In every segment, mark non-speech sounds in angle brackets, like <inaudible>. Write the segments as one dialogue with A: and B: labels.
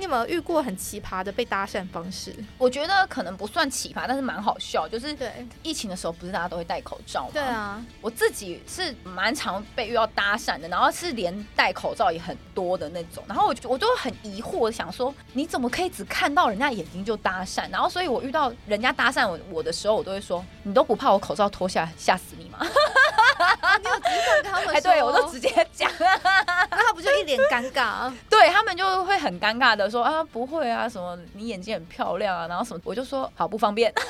A: 有没有遇过很奇葩的被搭讪方式？
B: 我觉得可能不算奇葩，但是蛮好笑。就是
A: 对，
B: 疫情的时候，不是大家都会戴口罩吗？
A: 对啊，
B: 我自己是嗯蛮常被遇到搭讪的，然后是连戴口罩也很多的那种，然后我就我就很疑惑，想说你怎么可以只看到人家眼睛就搭讪？然后所以我遇到人家搭讪我我的时候，我都会说你都不怕我口罩脱下来吓死你吗？
A: 你有直接跟他 <laughs> 们
B: 哎，对我都直接讲， <laughs>
A: 那他不就一脸尴尬？
B: 对他们就会很尴尬的说啊不会啊什么你眼睛很漂亮啊，然后什么我就说好不方便，
A: 当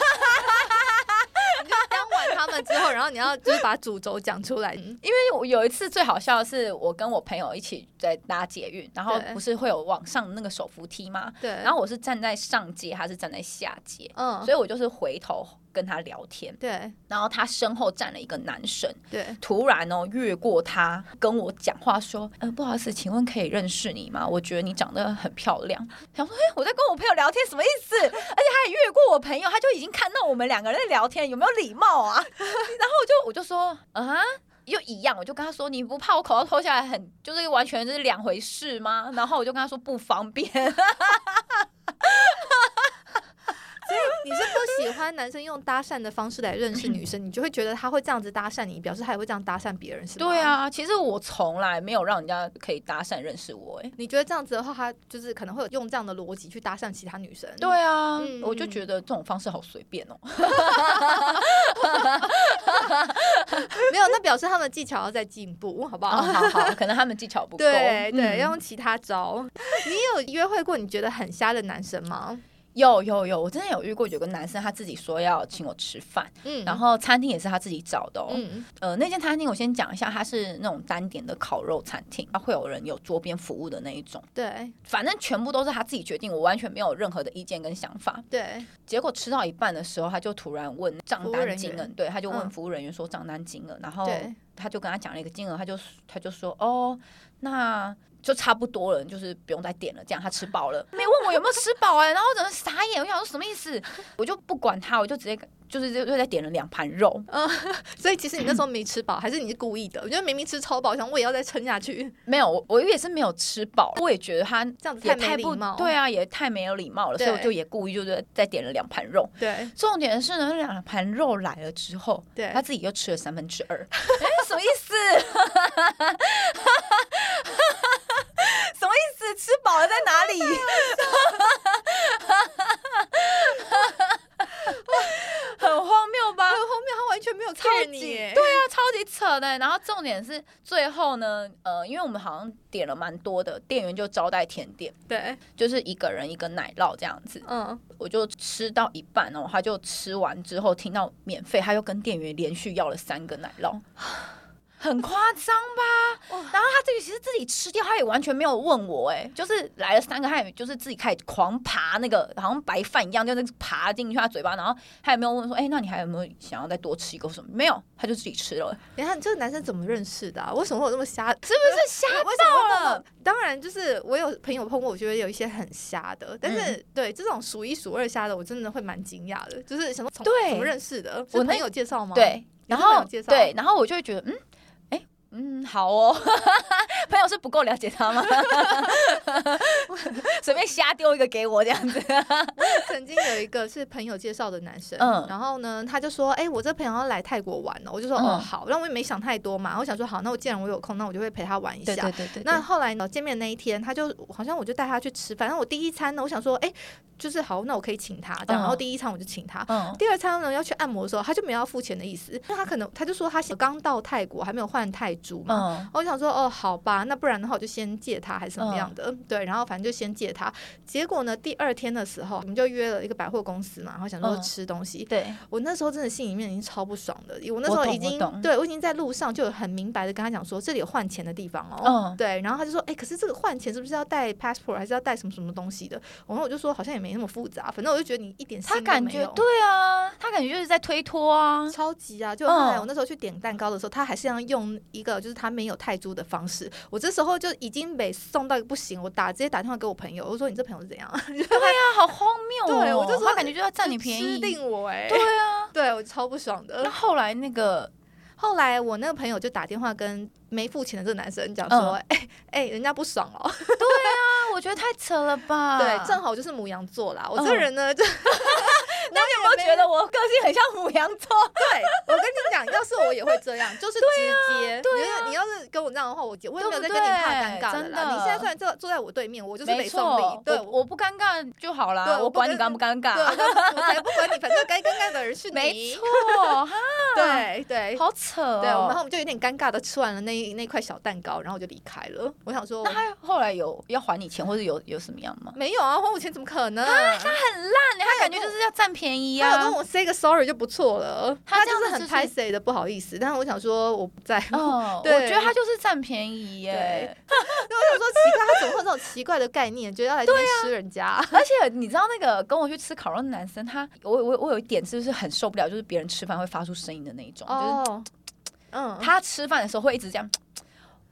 A: 完他们之后，然后你要就是把主轴讲出来。嗯
B: 因为我有一次最好笑的是，我跟我朋友一起在搭捷运，然后
A: 对
B: 不是会有往上那个手扶梯吗？
A: 嗯对，
B: 然后我是站在上街，他是站在下街，
A: 嗯
B: 所，以我就是回头跟他聊天，
A: 对
B: 然后他身后站了一个男生，
A: 对，
B: 突然哦越过他跟我讲话说，呃不好意思，请问可以认识你吗？我觉得你长得很漂亮。想说，哎、我在跟我朋友聊天什么意思？而且他也越过我朋友，他就已经看到我们两个人在聊天，有没有礼貌啊？ <laughs> 然后我就我就说，啊。又一样，我就跟他说：“你不怕我口罩脱下来很，就是完全就是两回事吗？”然后我就跟他说：“不方便。”
A: 所以你是不喜欢男生用搭讪的方式来认识女生，你就会觉得他会这样子搭讪你，表示他也会这样搭讪别人，是吗？
B: 对，啊， <laughs> 其实我从来没有让人家可以搭讪认识我、欸，哎，
A: 你觉得这样子的话，他就是可能会有用这样的逻辑去搭讪其他女生。
B: 对啊，
A: 嗯
B: 我就觉得这种方式好随便哦、
A: 没有，那表示他们技巧要再进步，好不好？
B: 啊，好好，可能他们技巧不够。
A: 对对，
B: 嗯
A: 要用其他招。 <laughs> 你有约会过你觉得很瞎的男生吗？
B: 有有有，我真的有遇过有个男生，他自己说要请我吃饭，
A: 嗯
B: 然后餐厅也是他自己找的哦、
A: 嗯，
B: 呃，那间餐厅我先讲一下，它是那种单点的烤肉餐厅，它会有人有桌边服务的那一种，
A: 对
B: 反正全部都是他自己决定，我完全没有任何的意见跟想法。
A: 对，
B: 结果吃到一半的时候，他就突然问账
A: 服务
B: 单
A: 人
B: 金额
A: 员，
B: 对，他就问
A: 嗯
B: 服务人员说账单金额，然后
A: 对
B: 他就跟他讲了一个金额，他就他就说哦，那就差不多了，就是不用再点了，这样他吃饱了，没问我有没有吃饱哎、然后我整个傻眼，我想说什么意思？我就不管他，我就直接就是就就再点了两盘肉，
A: 所以其实你那时候没吃饱，还是你是故意的？我觉得明明吃超饱，想我也要再撑下去， <laughs>
B: 没有，我我也是没有吃饱，我也觉得他
A: 这样子
B: 也
A: 没
B: 太
A: 礼
B: 不
A: 貌。
B: 对啊，也太没有礼貌了，所以我
A: 对
B: 就也故意就是再点了两盘肉。
A: 对
B: 重点是呢，那两盘肉来了之后，
A: 对
B: 他自己又吃了三分之二，哎、什么意思？ <laughs> 什么意思？吃饱了在哪里？ <laughs> 很荒谬吧？
A: <laughs> 后面他完全没有超
B: 超级
A: 你耶，
B: 对啊，超级扯的。然后重点是最后呢，呃，因为我们好像点了蛮多的，店员就招待甜点，
A: 对，
B: 就是一个人一个奶酪这样子。
A: 嗯，
B: 我就吃到一半哦，他就吃完之后听到免费，他又跟店员连续要了三个奶酪， <sighs> 很夸张吧？
A: 哇
B: 然后他自己其实自己吃掉，他也完全没有问我、哎，就是来了三个，他也就是自己开始狂爬那个，好像白饭一样，就是爬进去他嘴巴，然后他也没有问说，哎、那你还有没有想要再多吃一口什么？没有，他就自己吃了，
A: 你看这个男生怎么认识的、啊？为什么会有那么瞎？呃
B: 是不是瞎
A: 为什么会
B: 到
A: 那
B: 了
A: 么？当然，就是我有朋友碰过，我觉得有一些很瞎的，但
B: 嗯
A: 是、对这种数一数二瞎的，我真的会蛮惊讶的。就是什么从
B: 对
A: 怎么认识的？
B: 我
A: 我
B: 那
A: 朋友介绍吗？，
B: 对，然
A: 朋友
B: 后
A: 介绍
B: 对，然后我就会觉得，嗯，哎、嗯，好哦， <laughs> 朋友是不够了解他吗？ <laughs> 随便瞎丢一个给我这样
A: <laughs>
B: 子，
A: <laughs> 曾经有一个是朋友介绍的男生，
B: 嗯
A: 然后呢，他就说，哎、我这朋友要来泰国玩哦，我就说，
B: 嗯
A: 哦，好，那我也没想太多嘛，我想说，好，那我既然我有空，那我就会陪他玩一下。
B: 对对
A: 那后来呢？见面那一天，他就好像我就带他去吃饭。然后我第一餐呢，我想说，哎、就是好，那我可以请他这样。
B: 嗯
A: 然后第一餐我就请他。
B: 嗯，
A: 第二餐呢，要去按摩的时候，他就没有要付钱的意思，因为他可能他就说他刚到泰国，还没有换泰铢嘛。
B: 嗯，
A: 我想说，哦，好吧，那不然的话，我就先借他还是怎么样
B: 嗯
A: 的，对，然后反正就先借他。结果呢，第二天的时候，我们就约了一个百货公司嘛，然后想说
B: 嗯
A: 吃东西。
B: 对，
A: 我那时候真的心里面已经超不爽的，我那
B: 我
A: 时候
B: 懂
A: 已经
B: 我懂
A: 对我已经在路上就有很明白的跟他讲说，这里有换钱的地方哦。
B: 嗯，
A: 对，然后他就说，哎、可是这个换钱是不是要带 passport，还是要带什么什么东西的？然后我就说好像也没那么复杂，反正我就觉得你一点心
B: 他
A: 都
B: 感
A: 没
B: 觉
A: 有
B: 对啊，他感觉就是在推
A: <laughs>
B: 脱啊，
A: 超级啊！就后来
B: 嗯
A: 我那时候去点蛋糕的时候，他还是要用一个就是他没有泰铢的方式。我这时候就已经被送到一个不行，我打直接打电话给我朋友，我说你这朋友是怎样？
B: 对啊，好荒谬哦，
A: 对我就说
B: 他感觉就要占你便
A: 吃
B: 宜，
A: 定我哎、
B: 对啊。
A: <laughs> 对我超不爽
B: 那
A: 的。
B: 后来那个
A: 后来我那个朋友嗯就打电话跟没付钱的这个男生讲说：“哎、哎、人家不爽哦。 <laughs>
B: 啊，我我觉得太扯了吧？
A: 对，正好就是母羊座啦。我这个人呢，就
B: 那你有没有觉得我个性很像母羊座？
A: 对我跟你讲，要是我也会这样，就是直接。你
B: 对啊
A: 就是你要是跟我这样的话，我我也没有在
B: 对不
A: 跟你怕尴
B: 对
A: 尬的
B: 真
A: 啦。
B: 的
A: 你现在虽然坐坐在我对面，我 <laughs> 就是北
B: 没
A: 宋
B: 错
A: 礼，，对
B: 我我不尴尬就好
A: 对
B: 啦，
A: 我
B: 我
A: 不
B: 管
A: 尴
B: 你尴不尴
A: 对，
B: 尬。
A: 我就我才不管你，反正该尴尬的人是你。
B: 没错，哈
A: 对对。
B: 好扯哦。
A: 对，我们然后我们就有点尴尬的吃完了那一那块小蛋糕，然后我就离开了。我想说
B: 那，他后来有要还你钱，或者有有什么样吗？
A: 没有啊，还我钱怎么可能？
B: 很烂，他感觉就是要占便宜
A: 他有
B: 啊
A: 跟。我 say 个 sorry 就不错了，
B: 他
A: 他
B: 这
A: 就
B: 样
A: 是
B: 子
A: 很
B: 就是
A: 拍谁的不好意思，但是我想说我不在乎，
B: <laughs> 哦，我
A: 对
B: 觉得他就是占便宜耶
A: 对。对， <laughs> 我想说奇怪，他怎么会有这种奇怪的概念，觉得要来这
B: 啊
A: 边吃人家？
B: <laughs> 而且你知道那个跟我去吃烤肉的男生，他我我我有一点就是很受不了，就是别人吃饭会发出声音的那一种，就是
A: 哦，嗯，
B: 他吃饭的时候会一直这样。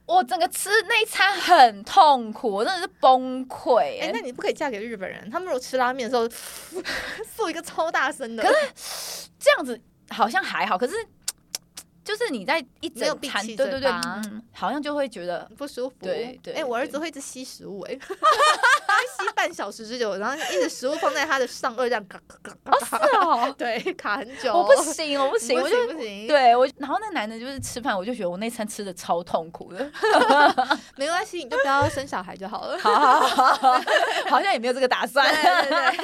B: 我整个吃那一餐很痛苦，我真的是崩溃耶、
A: 哎，那你不可以嫁给日本人，他们如果吃拉面的时候， <laughs> 做一个超大声的，
B: 可这样子好像还好，可是就是你在一
A: 没有
B: 整
A: 闭
B: 餐，
A: 气
B: 对对对，
A: 嘴巴
B: 嗯好像就会觉得
A: 很不舒服。
B: 对对
A: 哎、我儿
B: 对
A: 子会一直吸食物、哎， <laughs> 他会吸半小时之久，然后一直食物放在他的上颚这样，嘎嘎嘎嘎嘎，
B: 是 <laughs> 哦，
A: 对，卡很久。
B: <laughs> 我不行，我不行，我就
A: 不行，，
B: 对我，然后那男的就是吃饭，我就觉得我那餐吃的超痛苦的， <laughs>
A: 没关系，你就不要生小孩就好了。
B: 好好好好，好像也没有这个打算
A: 对。对对，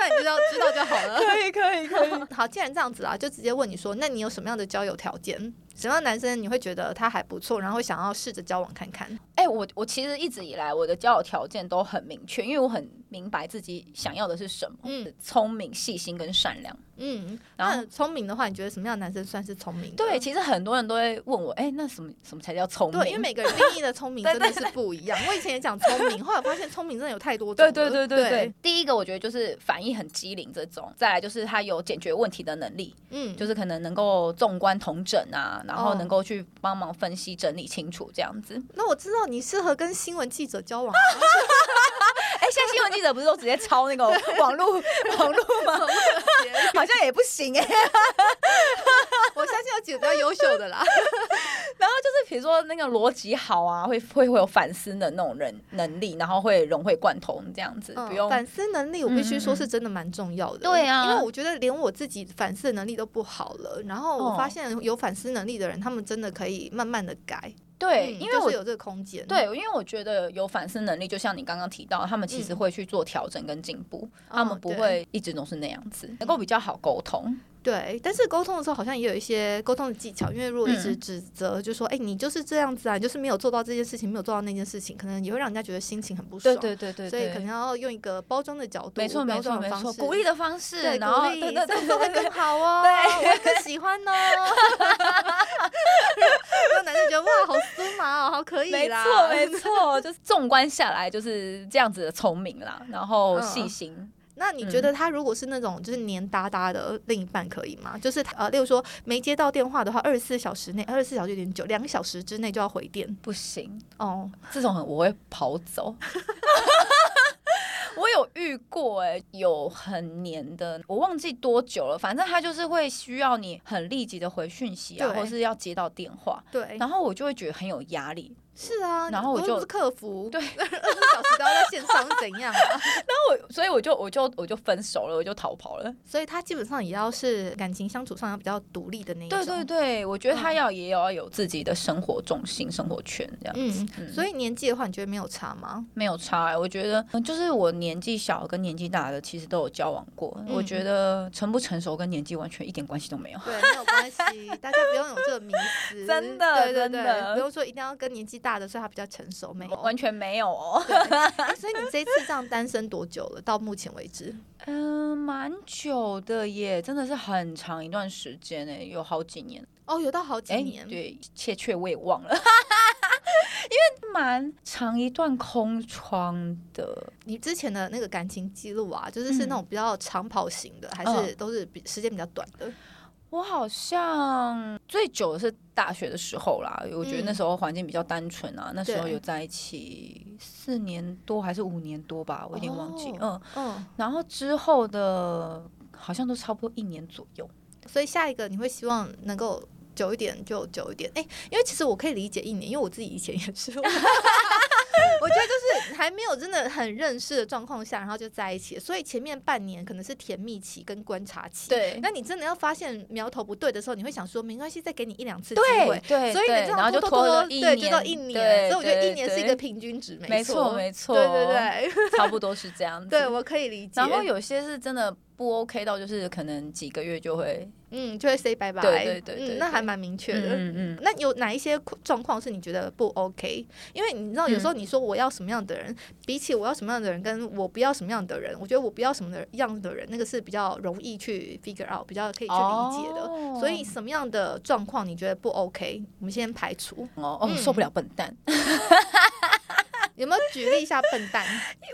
A: 那你就要知道就好了。 <laughs>
B: 可以可以可以，
A: 好，既然这样子啦，就直接问你说，那你有什么样的交友条件？什么样的男生你会觉得他还不错，然后会想要试着交往看看？
B: <laughs> 哎、我我其实一直以来我的交友条件都很明确，因为我很明白自己想要的是什么，
A: 嗯
B: 聪明、细心跟善良。
A: 嗯，
B: 然后
A: 那聪明的话，你觉得什么样的男生算是聪明的？
B: 对，啊其实很多人都会问我，哎、那什么什么才叫聪明？
A: 对，因为每个人定义的聪
B: <laughs>
A: 明
B: 对
A: 真的是不一样。我以前也讲聪
B: <laughs>
A: 明，后来发现聪明真的有太多种
B: 对
A: 了。
B: 对对对
A: 对
B: 对，第一个我觉得就是反应很机灵这种，再来就是他有解决问题的能力，
A: 嗯，
B: 就是是可能能够纵观统整啊，然后
A: 哦
B: 能够去帮忙分析整理清楚这样子。 <laughs>
A: 那我知道你适合跟新闻记者交往，
B: 哎、现在新闻记者不是都直接抄 <laughs> 那个网络网络吗？ <laughs> 好像也不行哎、
A: 我相信有几个比较优秀的
B: <laughs>
A: 啦。
B: 然后就是比如说那个逻辑好啊，会会会有反思的那种人能力，然后会融会贯通这样子，不
A: 嗯，
B: 用
A: 反思能力，我必须说
B: 嗯嗯嗯
A: 是真的蛮重要的。
B: 对啊
A: 因为我觉得连我自己反思的能力都不好了，然后我
B: 哦
A: 发现有反思能力的人，他们真的可以慢慢的改。
B: 对，
A: 嗯
B: 因
A: 就
B: 为
A: 是
B: 我
A: 有这个空间。
B: 对，因为我觉得有反思能力，就像你刚刚提到，他们其实
A: 嗯
B: 会去做调整跟进步，他们
A: 嗯
B: 不
A: 对嗯
B: 会一直都是那样子，能够比较好沟通。
A: 对，但是沟通的时候好像也有一些沟通的技巧，因为如果一直
B: 嗯
A: 指责，就说哎、你就是这样子啊，你就是没有做到这件事情，没有做到那件事情，可能也会让人家觉得心情很不爽。
B: 对对对
A: 所以可能要用一个包装的角度，
B: 没错没错没错，鼓励
A: 的
B: 的方式，
A: 对，
B: 然后
A: 鼓励 <laughs>
B: 对对对
A: 这样子会更好哦，
B: 对
A: 我更喜欢
B: <laughs>
A: 哦。 <laughs> 让男生觉得哇，好酥麻哦，好可以
B: 没
A: 啦，<laughs>
B: 错没错，就是纵观下来就是这样子的聪明啦，然后
A: 嗯
B: 细心，
A: 那你觉得他如果是那种就是黏哒哒的呃另一半可以吗？就是他呃，例如说没接到电话的话，二十四小时内，二十四小时有点久，两小时之内就要回电
B: 不行，
A: 哦。
B: 这种很我会跑走。 <laughs> 我有遇过哎、有很黏的，我忘记多久了，反正他就是会需要你很立即的回讯息啊，
A: 对
B: 或是要接到电话，
A: 对，
B: 然后我就会觉得很有压力。
A: 是啊，
B: 然后我
A: 又
B: 就
A: 不是客服，
B: 对
A: 二十四小时都要在线上是怎样啊？ <laughs>
B: 那我所以我就我就我就分手了，我就逃跑了。
A: 所以他基本上也要是感情相处上要比较独立的那一种。
B: 对对对，我觉得他
A: 嗯
B: 要也要有自己的生活重心、生活圈这样。
A: 嗯，
B: 嗯
A: 所以年纪的话，你觉得没有差吗？
B: 没有差、欸，我觉得嗯就是我年纪小跟年纪大的其实都有交往过，
A: 嗯
B: 我觉得成不成熟跟年纪完全一点关系都没有。
A: <laughs> 对，没有关系，大家不用有这个迷 <laughs> 思。
B: 真的
A: 对对
B: 真的
A: 对，不用说一定要跟年纪大的，所以他比较成熟，没有。
B: 完全没有哦， <laughs>
A: 对哎所以你这一次这样单身多久了？到目前为止，
B: 嗯，蛮久的耶，真的是很长一段时间诶，有好几年，
A: 哦，有到好几
B: 哎、
A: 年，
B: 对，切却我也忘了， <laughs> 因为蛮长一段空窗的，
A: 你之前的那个感情记录啊，就是是那
B: 嗯
A: 种比较长跑型的，还是都是比时间比较短的？
B: 我好像最久的是大学的时候啦，我觉得那时候环境比较单纯啊，那时候
A: 对
B: 有在一起四年多还是五年多吧，我有点忘记，
A: 哦嗯，
B: 嗯，然后之后的好像都差不多一年左右，
A: 所以下一个你会希望能够 <laughs> 久一点就久一点。哎、因为其实我可以理解一年，因为我自己以前也是。我我觉得就是还没有真的很认识的状况下，然后就在一起了，所以前面半年可能是甜蜜期跟观察期。
B: 对
A: 那你真的要发现苗头不对的时候，你会想说没关系，再给你一两次机
B: 对
A: 会。
B: 对，
A: 所以
B: 对
A: 你这
B: 然后
A: 样
B: 就
A: 拖拖
B: 拖
A: 拖
B: 了
A: 拖，
B: 一
A: 对，就到一年。所以我觉得一年是一个 <laughs>
B: 对
A: 平均值，
B: 没
A: 错，
B: 没错，
A: 对对，对， <laughs>
B: 差不多是这样子。
A: 对我可以理解。
B: 然后有些是真的不 OK 到，就是可能几个月就会，
A: 嗯，就会 say 拜拜，
B: 对对对对
A: 嗯，那
B: 对
A: 还蛮明确的。
B: 嗯嗯
A: 那有哪一些状况是你觉得不 OK？因为你知道，有时
B: 嗯
A: 候你说我要什么样的人，比起我要什么样的人，跟我不要什么样的人，我觉得我不要什么的样的人，那个是比较容易去 figure out，比较可以去理解的。
B: 哦
A: 所以什么样的状况你觉得不 OK？我们先排除，
B: 哦哦，
A: 嗯
B: 受不了笨蛋， <laughs> 啊
A: 有没有举例一下笨蛋？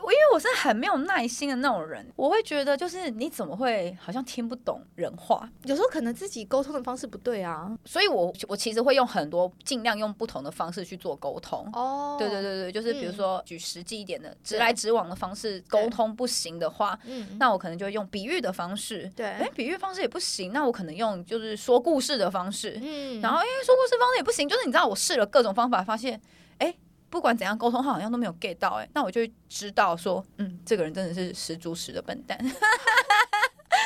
B: 我因为我是很没有耐心的那种人，我会觉得就是你怎么会好像听不懂人话，
A: 有时候可能自己沟通的方式不对啊。
B: 所以我我其实会用很多尽量用不同的方式去做沟通。
A: 哦
B: 对对，对对，就是比如说举实际一点的直来直往的方式沟通不行的话，
A: 嗯，
B: 那我可能就会用比喻的方式。哎
A: 对，，
B: 比喻方式也不行，那我可能用就是说故事的方式。
A: 嗯
B: 然后因为说故事方式也不行，就是你知道我试了各种方法，发现哎、不管怎样沟通，好像都没有 get 到哎、那我就会知道说，嗯，这个人真的是十足十的笨蛋。 <laughs> 他就是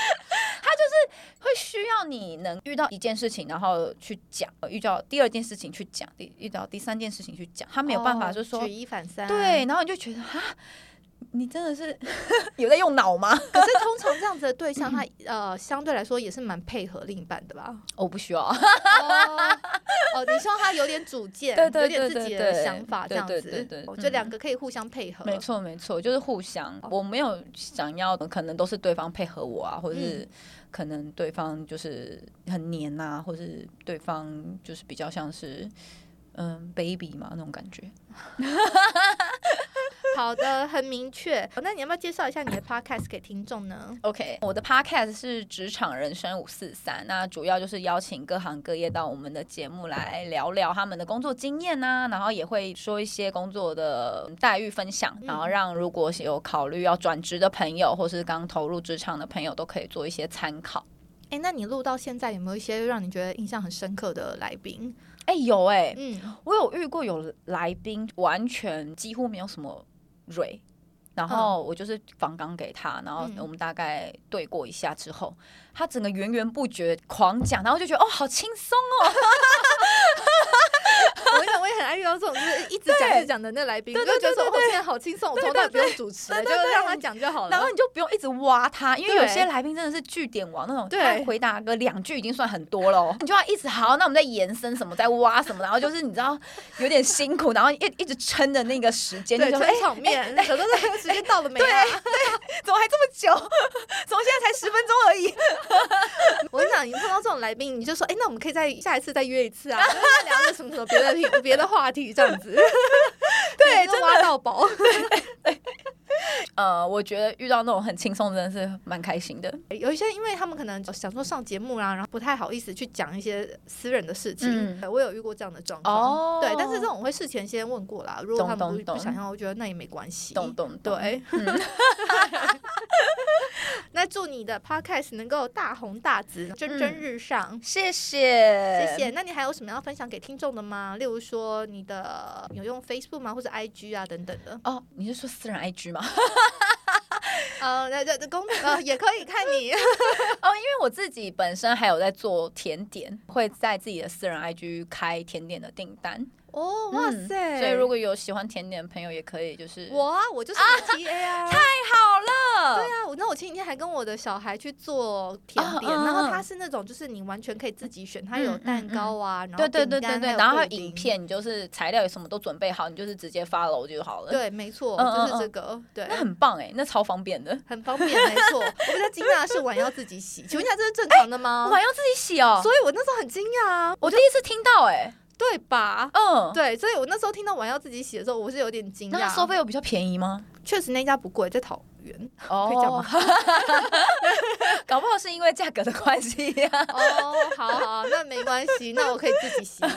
B: 会需要你能遇到一件事情，然后去讲；遇到第二件事情去讲，第遇到第三件事情去讲，他没有办法
A: 哦
B: 就说、
A: 举一反三，
B: 对，然后你就觉得啊，你真的是 <laughs> 有在用脑吗？
A: <laughs> 可是通常这样子的对 <laughs> 象，他呃相对来说也是蛮配合另一半的吧？
B: 我不需要，
A: 哦，哦你希望他有点主见，
B: 对对对
A: 有点自己的想法这
B: 对
A: 样
B: 对
A: 子，
B: 对对对
A: 我
B: 嗯
A: 觉得两个可以互相配合。
B: 没错，没错，就是互相。我没有想要，可能都是对方配合我啊，或者是可能对方就是很黏啊，或是对方就是比较像是嗯 baby 嘛那种感觉。
A: 好的，很明确。哦那你要不要介绍一下你的 podcast 给听众呢？
B: OK，我的 podcast 是《职场人生五四三》，那主要就是邀请各行各业到我们的节目来聊聊他们的工作经验呐、然后也会说一些工作的待遇分享，然后让如果有考虑要转职的朋友，或是刚投入职场的朋友，都可以做一些参考。
A: 哎，那你录到现在有没有一些让你觉得印象很深刻的来宾？
B: 哎、有哎、
A: 嗯，
B: 我有遇过有来宾完全几乎没有什么蕊，然后我就是访纲给他，然后
A: 嗯
B: 我们大概对过一下之后，他整个源源不绝狂讲，然后就觉得哦好轻松
A: 我也我也很爱遇到这种就是一直讲一直讲的那来宾，我
B: 对
A: 就
B: 对
A: 觉得说
B: 对
A: 我
B: 对
A: 现在好轻松，我从来不用主持了，
B: 对
A: 就
B: 对对
A: 让他讲就好
B: 哦，然后
A: 了。
B: 你就不用一直挖他，因为
A: 对
B: 有些来宾真的是据点王那种，
A: 对
B: 他回答个两句已经算很多了哦， <laughs> 你就要一直好，那我们再延伸什么，再挖 <laughs> 什么，然后就是你知道有点辛苦，然后一一直撑着那个时间，就
A: 对，
B: 说哎
A: 撑场面，有的时候时间到了没啊？
B: 怎么还这么久， <laughs> 怎么现在才十分钟而已？
A: <laughs> 我跟你讲，你碰到这种来宾，你就说，哎、那我们可以再下一次再约一次啊，就是聊个什么什么别的题、别的话题这
B: <laughs>
A: 样子。对，就挖到宝。
B: 呃，我觉得遇到那种很轻松，真的是蛮开心的。
A: 有一些，因为他们可能想说上节目啊，然后不太好意思去讲一些私人的事情。
B: 嗯
A: 呃我有遇过这样的状况。
B: 哦
A: 对，但是这种我会事前先问过啦。如果他
B: 懂
A: 们不
B: 懂懂
A: 不想要，我觉得那也没关系。
B: 懂懂懂，
A: 对，那祝你的 podcast 能够大红大紫，蒸蒸日上。
B: 谢谢，
A: 谢。谢。那你还有什么要分享给听众的吗？例如说你的有用 Facebook 吗，或者 IG 啊等等的？
B: 哦，你是说私人 IG 吗？ <laughs>
A: 呃，那这公呃也可以看你
B: 哦，因为我自己本身还有在做甜点，会在自己的私人 IG 开甜点的订单，
A: 哦，哇
B: 嗯
A: 塞！
B: 所以如果有喜欢甜点的朋友，也可以就是
A: 我啊，我就是你的 TA 啊，太
B: 好
A: 对
B: 了，
A: 啊！我那我前几天还跟我的小孩去做甜点，
B: 嗯嗯
A: 然后
B: 嗯
A: 他是那种就是你完全可以自己选，它
B: 嗯
A: 有
B: 嗯
A: 蛋糕啊，然后
B: 对对对
A: 饼干
B: 对对，
A: 有
B: 然后还有
A: 布丁
B: 影，片，你就是材料也什么都准备好，你就是直接 follow 就好了。，
A: 对，没错，
B: 嗯嗯
A: 就是这个，对
B: 那。很棒哎，那超方便的。
A: 很方便，没错。 <laughs> 我比较惊讶的是碗要自己 <laughs> 洗，请问一下这是正常的吗？
B: 碗要自己洗哦，
A: 哎所以我那时候很惊讶啊，
B: 我第一次听到哎，
A: 对吧？
B: 嗯，
A: 对，所以我那时候听到碗要自己洗的时候，我是有点惊
B: 那它
A: 讶。
B: 收费有比较便宜吗？
A: 确实那家不贵，在桃园。
B: 哦
A: 可以讲吗？
B: <laughs> 搞不好是因为价格的关系、啊呀。
A: <laughs> 哦，好好，那没关系，那我可以自己洗 <laughs> 碗，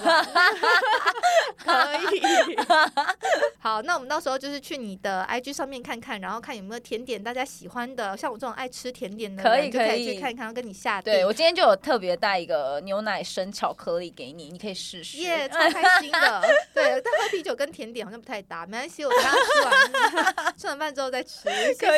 A: 可以。好，那我们到时候就是去你的 IG 上面看看，然后看有没有甜点大家喜欢的，像我这种爱吃甜点的人，
B: 可以
A: 就
B: 可
A: 可
B: 以
A: 以去看看，跟你下
B: 对，
A: 订。
B: 我今天就有特别带一个牛奶生巧克力给你，你可以试试。嗯 <laughs>
A: 耶超开心的，对，对，但喝啤酒跟甜点好像不太搭，没关系，我等下吃完 <laughs> 吃完饭之后再吃。
B: 可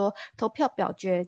C: 投票表决